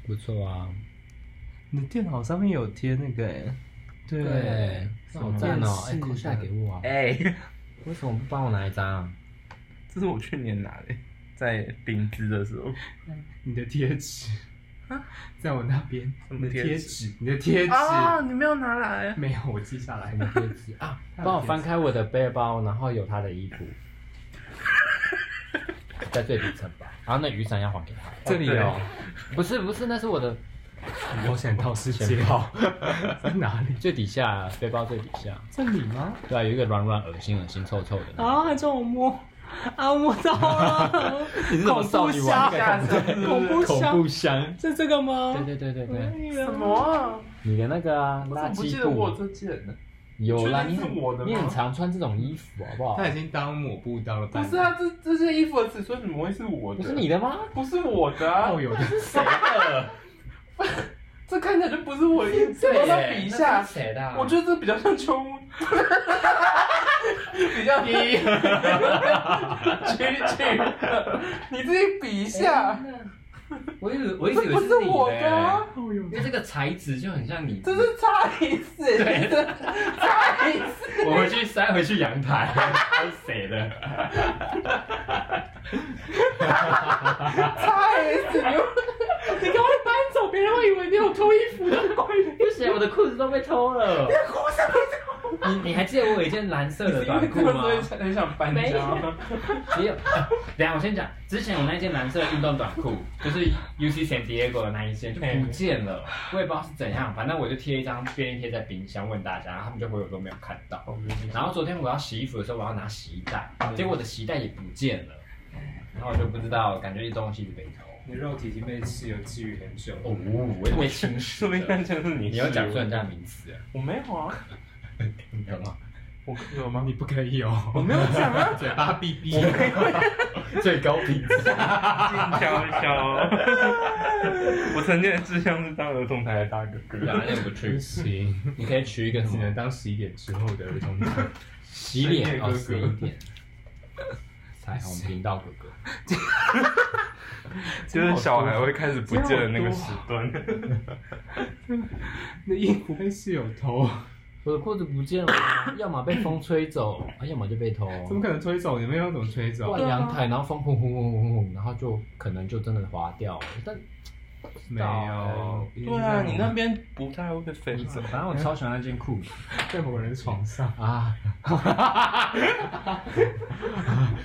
不错啊，
你的电脑上面有贴那个、欸，对
对，好赞哦，哎，
电视
扣下来给我啊，
哎、
为什么不帮我拿一张？啊
这是我去年拿的，在冰资的时候。
你的贴纸，在我那边，
什
你的
么贴
贴
纸
纸，你的贴纸、
啊，你没有拿来？
没有，我记下来
什。么贴纸 啊？帮我翻开我的背包，然后有他的衣服，在最底层吧。然后那雨伞要还给他。
这里哦，
不是不是，那是我的
我想到是
钱
街
包，
在哪里？
最底下背包最底下。
这里吗？
对啊，有一个软软、恶心、恶心、臭臭的。
啊，还叫我摸，啊，摸到了
你是，怎么
恐
少
怖
女玩
箱
那，个
恐怖
恐怖
箱
恐怖箱？
是这个吗？
对对对对对，
什
么、啊？
你的那个啊，
我怎
垃
么不记
圾
得我有
布
这件呢？
有啦，
你
你
确定是我的
很你
吗
很常穿这种衣服，好不好
他？已经当抹布当了半年。
不是啊，这这些衣服的尺寸怎么会是我的？
不是你，的吗？
不是我的、啊
哦，，有的
这看起来就不是
啊
我的衣服。我要比一下，
谁的
我觉得这比较像秋木。比较 低，曲曲，你自己比一下，
我一直我一直以为
不
是
哎是
你
我的啊
的，，因为这个材质就很像你。
这是差一次，
对
这是差一次。
我回去塞回去阳台，
是谁的？
太死你！你赶快搬走，别人会以为你有脱衣服的。
不行，我的裤子都被偷了。你你还记得我有一件蓝色的短裤吗？
很想搬
没有
家。
只有，呃等一下我先讲，之前我那件蓝色的运动短 裤，就是 UC San Diego 的那一件就
嗯
不见了，我也不知道是怎样，反正我就贴一张便利贴在冰箱问大家，然后他们就回我都没有看到。
哦
然后昨天我要洗衣服的时候，我要拿洗衣袋，
嗯
结果我的洗衣袋也不见了，然后我就不知道，感觉这东西一直被偷。
你肉体已经被室友觊觎很久，
哦，我也被侵
说
蚀
明
了。
就是你
你要讲出人家的名词，
我没有啊，
你有吗？
我有吗？
你不可以哦，
我没有讲啊，
嘴巴闭闭。
最高品质。
悄悄。我曾经的志向是当儿童台的大哥哥。
哪里 不去
不？行，
你可以取一个什
只能
么？
当十一点之后的儿童。
洗脸哦，
深
洗
夜哥哥
脸。彩
哎
虹频道哥哥。
就是小孩会开始不见的那个时段。
那衣服被室友偷，
我的裤子不见了 啊，要么被风吹走，啊要么就被偷。
怎么可能吹走？你们要怎么吹走
挂？阳台，然后风呼呼呼呼呼，然后就可能就真的滑掉了。但
没有。
对啊，你那边不太会被飞走。
反正我超喜欢那件裤子
在某人床 上，
啊，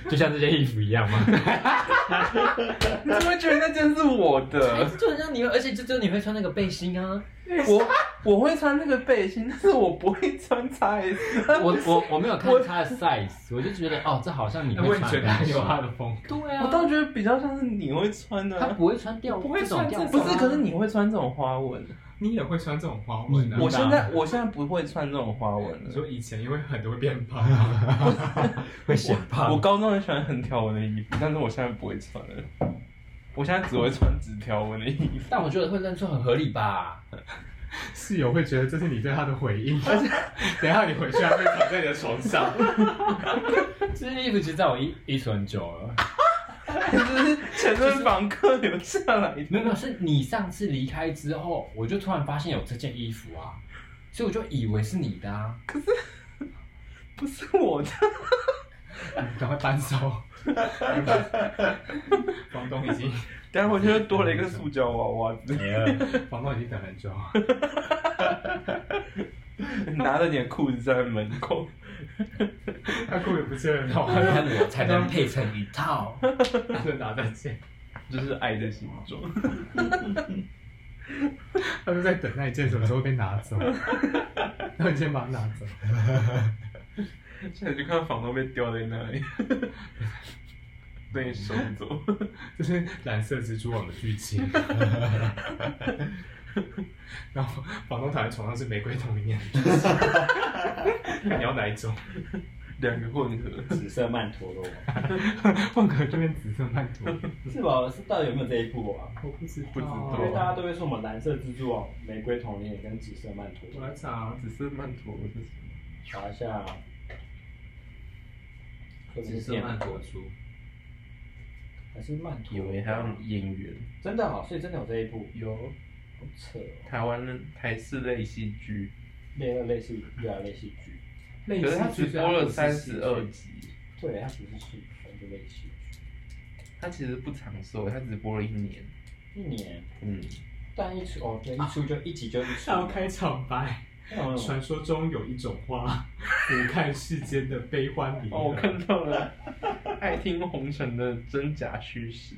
就像这件衣服一样吗？
你怎么会觉得那件是我的？
哎就很像你，而且就只有你会穿那个背心啊。
我我会穿那个背心，但是我不会穿 size。
我我我没有看它的 size，我就觉得哦，这好像你会
问
穿
卷
的东西。
有他的风格。
对
我
啊，
倒觉得比较像是你会穿的
他
啊，
不会穿吊，
不会穿
这
这
种
不
吊带啊
是，可是你会穿这种花纹。
你也会穿这种花纹啊？
我现在我现在不会穿这种花纹
你
了。
说以前因为很多变胖，
会显胖。
我高中很喜欢横条纹的衣服，但是我现在不会穿了。我现在只会穿直条纹的衣服。
但我觉得会认错很合理吧？
室友会觉得这是你对他的回 应，但是等一下你回去还会躺在你的床 上。
这件衣服其实在我衣衣橱很久了，
就是前任房客留下来的。
没有没有，是你上次离开之后，我就突然发现有这件衣服啊，所以我就以为是你的啊。
不是我的，
赶快搬走！ 房东已 经，
等下回去又多了一个塑胶娃娃，
房东已经等很久。
拿着你的裤子在门口，
他裤也 不见了，然后
看我才能配成一套，
他就拿在见，
就是爱的形状。
他就在等那一件什么时候被拿 走，然后你先把它拿走。
现在就看房东被丢在那里，被收走。
这是蓝色蜘蛛网的剧情。然后房东躺在床上是玫瑰童林演的剧情，看你要哪一种？
两个混合，
紫色曼陀罗，
换个这边紫色曼陀，
是吧？是到底有没有这一步啊？
我不知
不知
因为大
道。
家都会说我们蓝色蜘蛛网、玫瑰童林跟紫色曼陀
我
罗，
来查，啊
只是曼陀罗是什么？
查一下，可能是
是曼陀珠，
还是曼陀
以
罗
为还有演员，
真的好，所以真的有这一步，
有
好扯哦，
台湾的台式类戏剧，
类似类似对啊类似剧，
类
哎可是它
似
只
就是
播了三十二集，
对，它不是戏剧，它是类似剧，
它其实不长寿，它只播了一年。
一年，
嗯，
但一出哦对，一出 就一集就一出
他，要开场白。
嗯
传说中有一种花，俯瞰世间的悲欢离合。
哦，我看到 了，爱听红尘的真假虚实，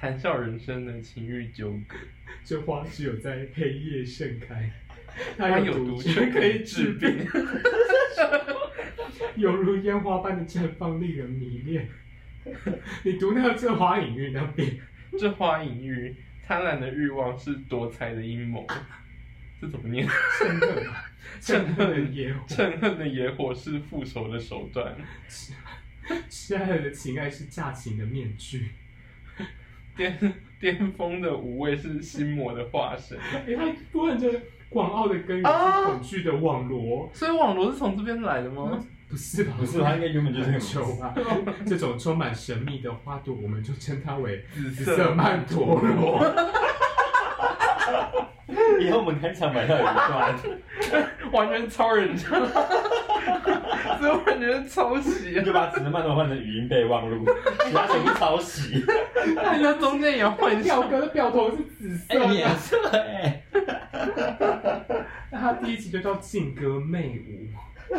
谈笑人生的情欲纠葛。
这花只有在黑夜盛 开，
它
它
有毒却可以治 病，
犹如烟花般的绽放，令人迷恋。 你读那个《这花隐喻》那边，
这花隐喻，贪婪的欲望是夺财的阴谋。这怎么 念？
趁恨吧，趁恨的野火，
憎恨的野火是复仇的手段，
痴爱的情爱是诈情的面具。
巅巅峰的无畏是心魔的化身。
哎，他突然觉得广袤的根源是恐惧的网罗，
所以网罗是从这边来的吗？
不是吧？
不是，它应该原本就是个
很
名
球
字。
啊！这种充满神秘的花朵，我们就称它为
紫
紫色曼陀罗。
以后我们开场买到一段，
完全抄人家，所以我感觉是抄袭
你。就把紫色曼陀换成语音备忘录，其他全部抄 袭。
那人家中间也要 换一下
表哥的表头是紫色的，
颜 色哎，
那他第一集就叫《劲歌魅舞》，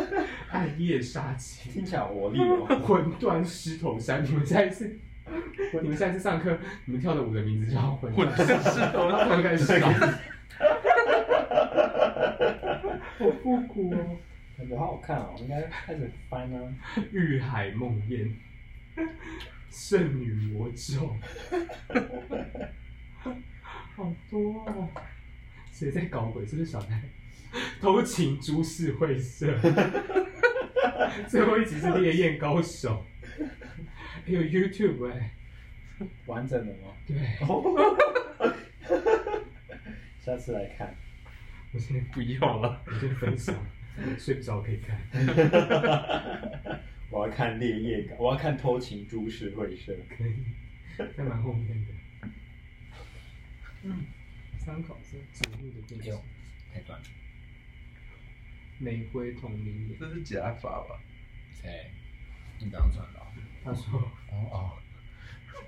暗夜杀青，
听起来我力哦，
魂断狮头山。你们现在是，你们现在是上课，你们跳的舞的名字叫 魂
混
断
是石头
然后他们开始啊笑，好复古哦，
感觉好好看哦，应该开始翻呢。
《欲海梦宴》《圣女魔咒》，好多哦！谁在搞鬼？是不是小奈？偷情株式会社，最后一集是烈焰高手，还有 YouTube 哎、
完整的吗？
对，
下次来 看。
我现在
不要了，
我先分享，睡不着可以看。
我要看烈焰感，我要看偷情株式会社。
可以，在蛮后面的。嗯，参考是瞩目的对象，
太短了，
玫瑰同名 眼。
这是假发吧？
谁？你刚刚传到？
他说
哦 哦，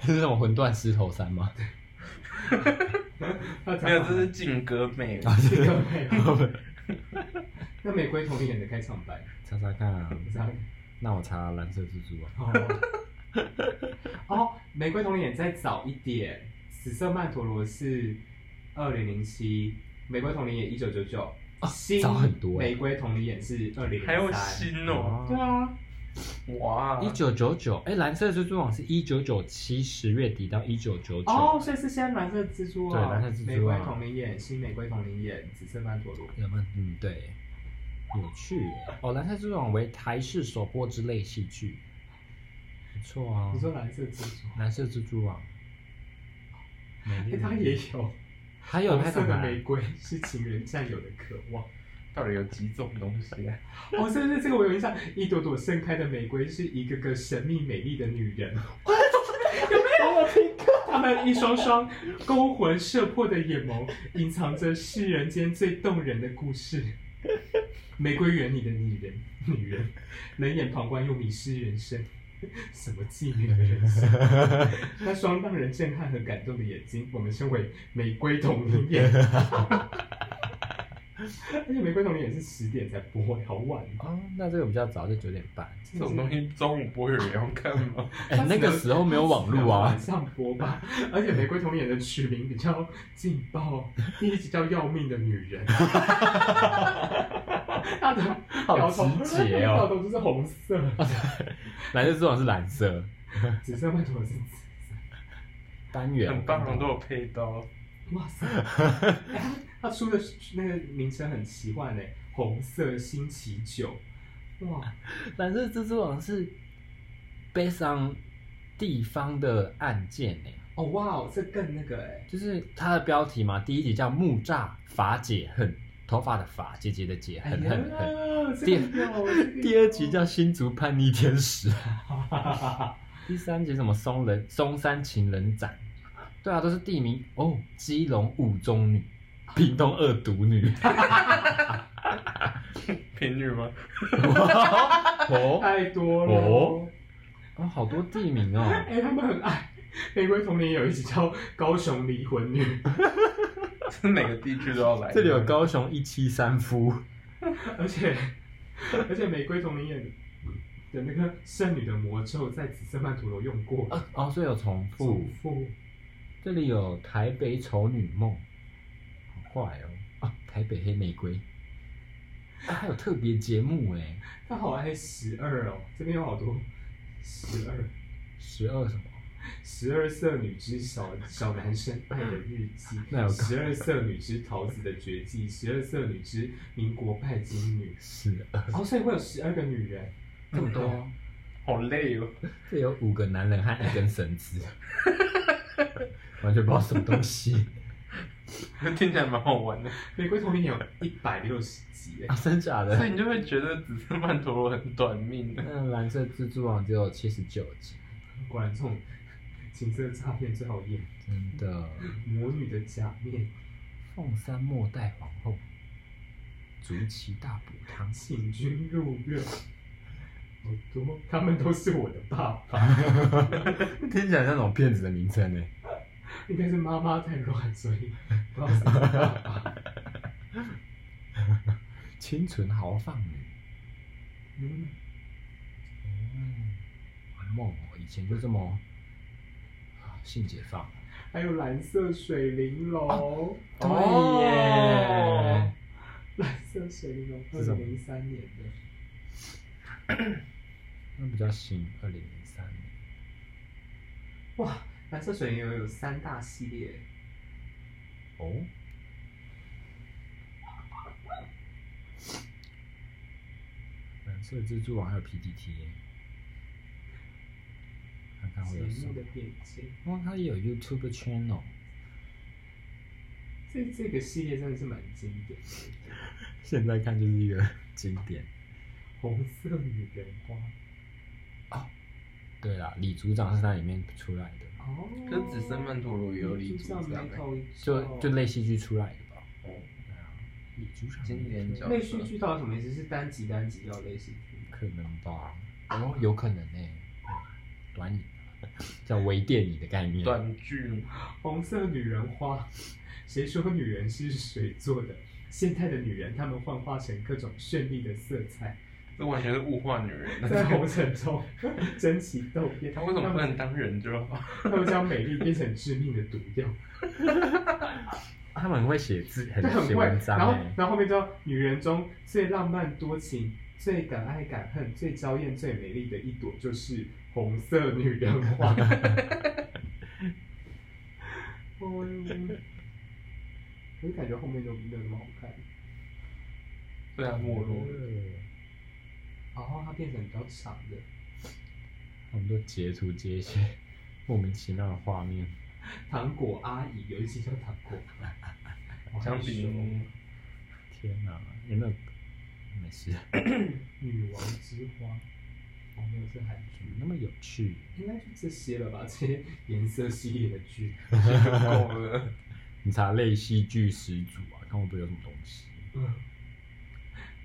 是那种魂断石头山 吗？
他
没有，这是劲歌魅舞。
这个配合。那玫瑰同名眼的开场白，
查查看啊，
这样。
那我查蓝色蜘蛛啊。
哦，哦，玫瑰同名眼再早一点，紫色曼陀罗是二零零七，玫瑰同名眼一九九九。新
哦早很多欸
玫瑰同名眼是二零零三，
还有心哦，
对啊，
哇！
一九九九，哎，蓝色蜘蛛网是一九九七十月底到一九九
哦，
九，
所以是先蓝色蜘蛛啊，
对蓝色蜘蛛啊
玫瑰同龄眼，新玫瑰同龄眼，紫色曼陀罗。
有吗？嗯，对，有趣耶哦。蓝色蜘蛛网为台式首播之类戏剧，不错啊
你。说蓝色蜘蛛，
蓝色蜘蛛网，美
哎、
丽
它 也有
还有
红
那
色
种
的
啊
玫瑰是情人占有的渴望。
到底有几种东西啊？
哦，是不是这个我有印象？一朵朵盛开的玫瑰是一个个神秘美丽的女人。有没有听过？他们一双双勾魂摄魄的眼眸，隐藏着世人间最动人的故事。玫瑰园里的女人， 女人冷眼旁观又迷失人生，什么妓女的人生？那双让人震撼和感动的眼睛，我们称为玫瑰童林 眼。而且玫瑰童林眼是十点才播，好晚哦。
哦，那这个比较早，就九点半。
这种东西中午播有人要看吗？
哎，那个时候没有网络啊
晚。上播吧。而且玫瑰童演的取名比较劲爆，第一集叫《要命的女人》， 她的
好直接
表
哦！
头就是红色，
蓝色蜘蛛网是蓝色
紫色曼陀罗是紫
单元，
很棒，都有配刀。
哇 塞！哎他出的那个名称很奇幻嘞，红色星期九，哇！
蓝色蜘蛛网是 based on 地方的案件呢，
哦哇哦，这更那个哎，
就是它的标题嘛，第一集叫木栅法解恨，头发的发，姐姐的姐，
哎呀
恨恨恨。，
这个有这个有
第二集叫新竹叛逆天使，第三集什么松人松山情人展，对啊，都是地名哦，基隆五中女，屏东二毒 女，
平女吗？
哦
太多了。
哦哦，好多地名哦。
哎、他们很爱。玫瑰童年有一集叫《高雄离婚女》，
是每个地区都要来。
这里有高雄一七三夫，
而且而且玫瑰童年演的那个圣女的魔咒在紫色曼陀罗用过，
哦，所以有重复
重。复
这里有台北丑女梦，好坏哦。啊，台北黑玫瑰，啊、还有特别节目哎，
他好爱十二哦，这边有好多十二
十二什么？
十二色女之小小男生爱的日记
那有，
十二色女之桃子的绝技，十二色女之民国拜金女，
十二，
哦，所以会有十二个女人，
这么多。
好累哦。
这有五 个男人和一根绳子，完全不知道什么东西。
听起来蛮好 玩的。
玫瑰童年有一百六十集，
啊，真假
所
的？
以你就会觉得紫色曼陀罗很短命 的。
那蓝色蜘蛛网只有七十九集，
果然这种情色诈骗最好演。
真的。
魔女的假面，
凤山末代皇后，竹崎大补汤，
请君入院。好多，他们都是我的爸爸，
听起来像那种骗子的名称欸呢。
应该是妈妈太乱，所以不知道是爸爸。
清纯豪放女，
嗯，
嗯，好梦哦，以前就这么啊性解放。
还有蓝色水玲
哦
珑，
对耶，
蓝色水玲珑，二
是什么
零零三年的。
那比较新，二零零三年。
哇，蓝色水牛有三大系列，
哦，蓝色蜘蛛网还有 PPT，看看会
节
有什
目
么
的。变迁。
哦，它也有 YouTube channel，
这这个系列真的是蛮经典的，
现在看就是一个 经典。
红色女人花。
对啦，李组长是在里面出来的，
哦，
可是紫色曼陀罗也有李组长欸
就就
类
类戏剧出来的吧。哦，对啊，哦李组长
经典角
类似剧到底什么意思？是单集单集要类似剧？
可能吧，哦，有可能呢、短影啊 叫微电影的概念，
短剧，
红色女人花， 谁说女人是水做的？现代的女人，她们幻化成各种绚丽的色彩，
这完全是物化女人 的。
在红尘中 争奇斗艳。
他为什么不
她们
能当人 就好？
她们将美丽变成致命的毒药？
他们很会写字，很
对，很
写
会。
文章
然后
哎、，
然后后面就女人中最浪漫多情、最敢爱敢恨、最娇艳、最美丽的一朵，就是红色女人 花。嗯哦哟，我就感觉后面就没有那么好看。
对啊，没落了。
然后它变成比较长的，
很多截图截一些 莫名其妙的画面，
糖果阿姨有一集叫糖 果阿姨，
相比
天哪、有没有？没事，
女王之花，哦没有是韩
怎
剧
么，那么有趣？
应该就这些了吧？这些颜色系列的剧。
够了，
你查类戏剧始祖啊，看会不会有什么东西？
嗯，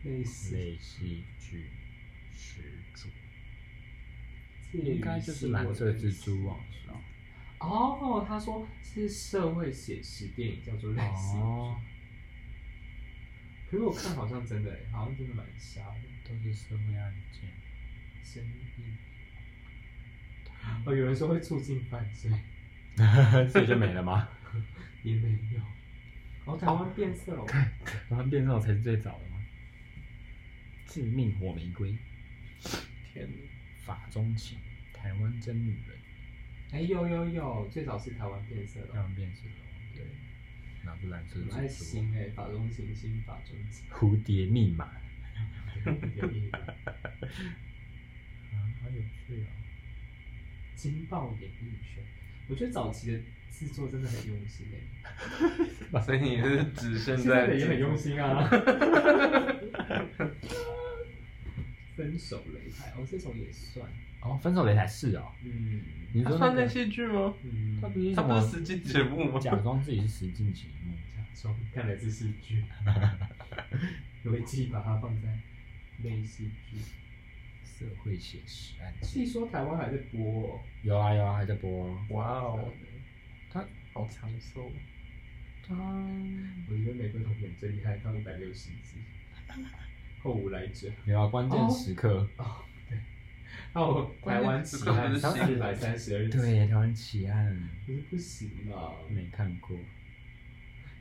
类似
类戏剧始祖
介于
应该就是蓝色蜘蛛网
新
是吧？
闻跟哦，他说是社会写实电影，叫做类似。
哦，
可是我看好像真的、欸，好像真的蛮瞎的，
都是社会案件。
生意。哦，有人说会促进犯罪，
所以就没了吗？
也没有。哦，台湾变色龙，
然后变这种才是最早的吗？致命火玫瑰，
天哪！
法中情，台湾真女人，
哎、有有有，最早是台湾变色
台
龙，
湾变色龙，对，然后就蓝色
很爱
蜘蛛，
心哎、法中行星，法中行
蝴蝶密码，啊，
星，
好有趣哦。
金爆演艺圈。我觉得早期的制作真的很用心哎、
所以你是只剩
现
在
在的也 很用心啊。分手擂台，哦，这种也算，
哦，分手擂台是哦，
嗯
你
他
说
啊算
那
在
个
戏剧吗？
嗯
他不是
他
什
不
么
是实际节目吗？
假装自己是实境节目，
假装看来这是 剧，我会记把它放在类戏剧。
社会写实案件，
据说台湾还在播、啊哦，
有啊有啊，还在播哦。
哇哦，
他
好长寿。
他
我觉得《玫瑰童年》最厉害，到一百六十集，哦后无来者。
有啊，关键时刻，
哦，对，还有台湾奇案
关键
三
是
十来三十二集，
对，台湾奇案
我说不行嘛，
没看过，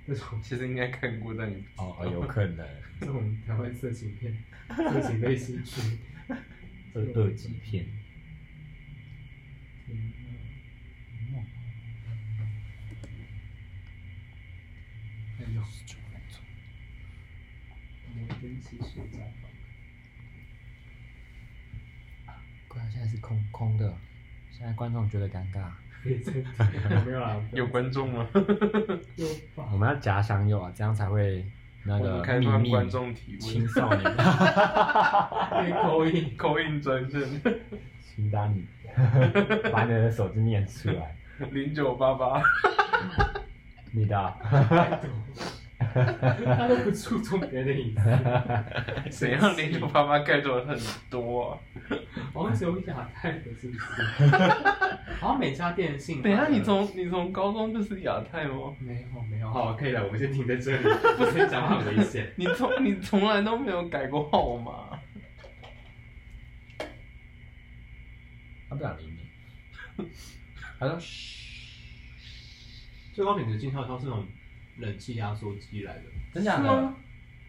那种
其实应该看过，但你 不
哦，有可能，
这种台湾色情片、色情类戏剧，
这二级片。
天哪！还有摩根骑士家访，
啊果然现在是空空的，现在观众觉得尴尬，
可以再有没有啦？
有观众吗？
有吧？
我们要假想有啊，这样才会那
我
个
们开
秘
放
密
观众提
青
问，
少 年
被勾引，
口音专线
请打你， 把你的手机念出来，
零九八 八，
你的啊、
他都不注重别人的隐私，
谁让零九八八盖住很多、啊？
好像只有亚太的，是不是？好像每家电信。
等一下，你从你从高中就是亚太吗？
没有没有，好，可以了，我们先停在这里，不先讲话很危险。
你从 你从来都没有改过号码，
他不想理你，他说嘘，
最高品质进销商是那种冷气压缩机来的，
真假
是
的
吗？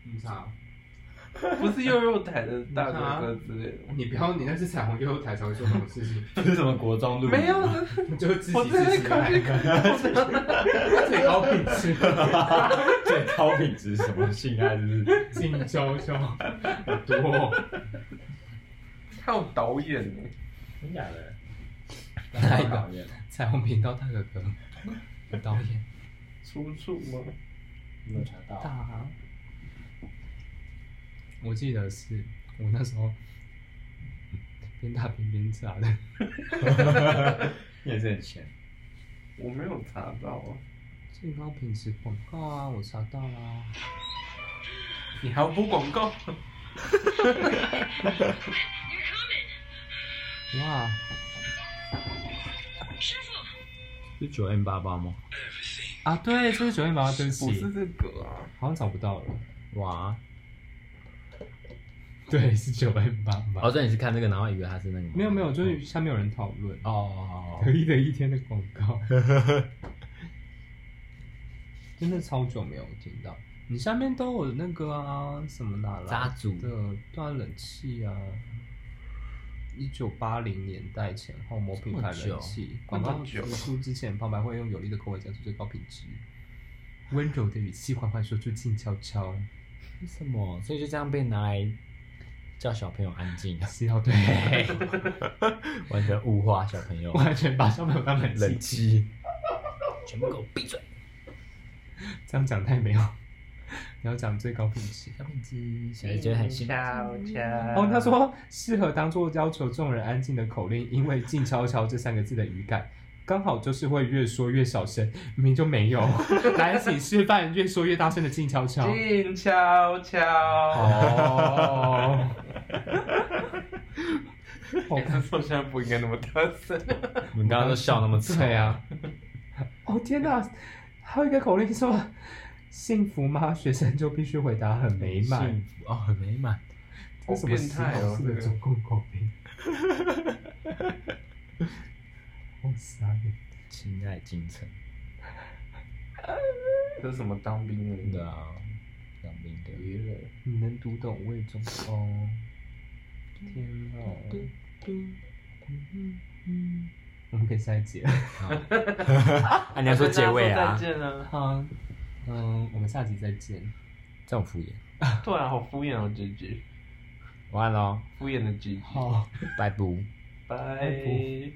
你查，
不是幼幼台的大哥哥之类的吗？
你不要，你那是彩虹悠悠台才会做这种事情，
这是什么国中录？
没有，
你就自
我
己
真
自
的
己
看
来
这，个，
最高品质
最高品质什么性爱就是
进销商，很多。
还有导演呢，
真假的？
哪一 个？彩虹频道大哥哥，导演
出处吗？
没有查到。
大。我记得是我那时候边大边边炸的，
你也是很闲。
我没有查到啊，
最高品质广告啊，我查到啦、
你还要播广告？
哇，
是九 M 八八吗？
啊，对，这是九月八，对不
不是
起，
这个啊，
好像找不到了。
哇！
对，是九 M 八
哦，
八。
所以你是看这个，然后以为他是那个吗？
没有没有，就是下面有人讨论
哦哦，哦
得意的一天的广告，真的超久没有听到。你下面都有那个啊，什么 哪来
哦渣组
的断冷气啊？一九八零年代前后，某品牌
这么久
冷气广告植出之前，旁白会用有力的口吻讲出最高品质，温柔的语气缓缓说出“静悄 悄
为什么？所以就这样被拿来叫小朋友安静”，，啊
是要对，
完全物化小朋友，
完全把小朋友当冷气
冷机，全部给我闭嘴！
这样讲太没有， 你要讲最高品质。
小品质，小品质很辛苦。
哦，他说适合当做要求众人安静的口令，因为“静悄悄”这三个字的语感，刚好就是会越说越小声，明明就没 有。来，请示范越说越大声的“静悄悄
静悄”。悄，
哦，
我看哎说现在不应该那么大声，
你刚刚都笑那么惨，
对啊，哦天哪，还有一个口令说“幸福吗？”学生就必须回答很美满
幸。福哦，很美满。
好
这
变态哦
是，
这
的
个
中共口 令。好傻眼。
亲爱京城，
这是什么当兵的？
真的啊，当兵的，
你能读懂魏忠哦？天哪！我们可以下一集了。
啊，你要说结尾啊
再，见啊！
好，嗯，我们下集再见。
这种敷衍，
对啊，好敷衍哦，这句
完了，哦
敷衍的这句，
好，
拜拜。
拜。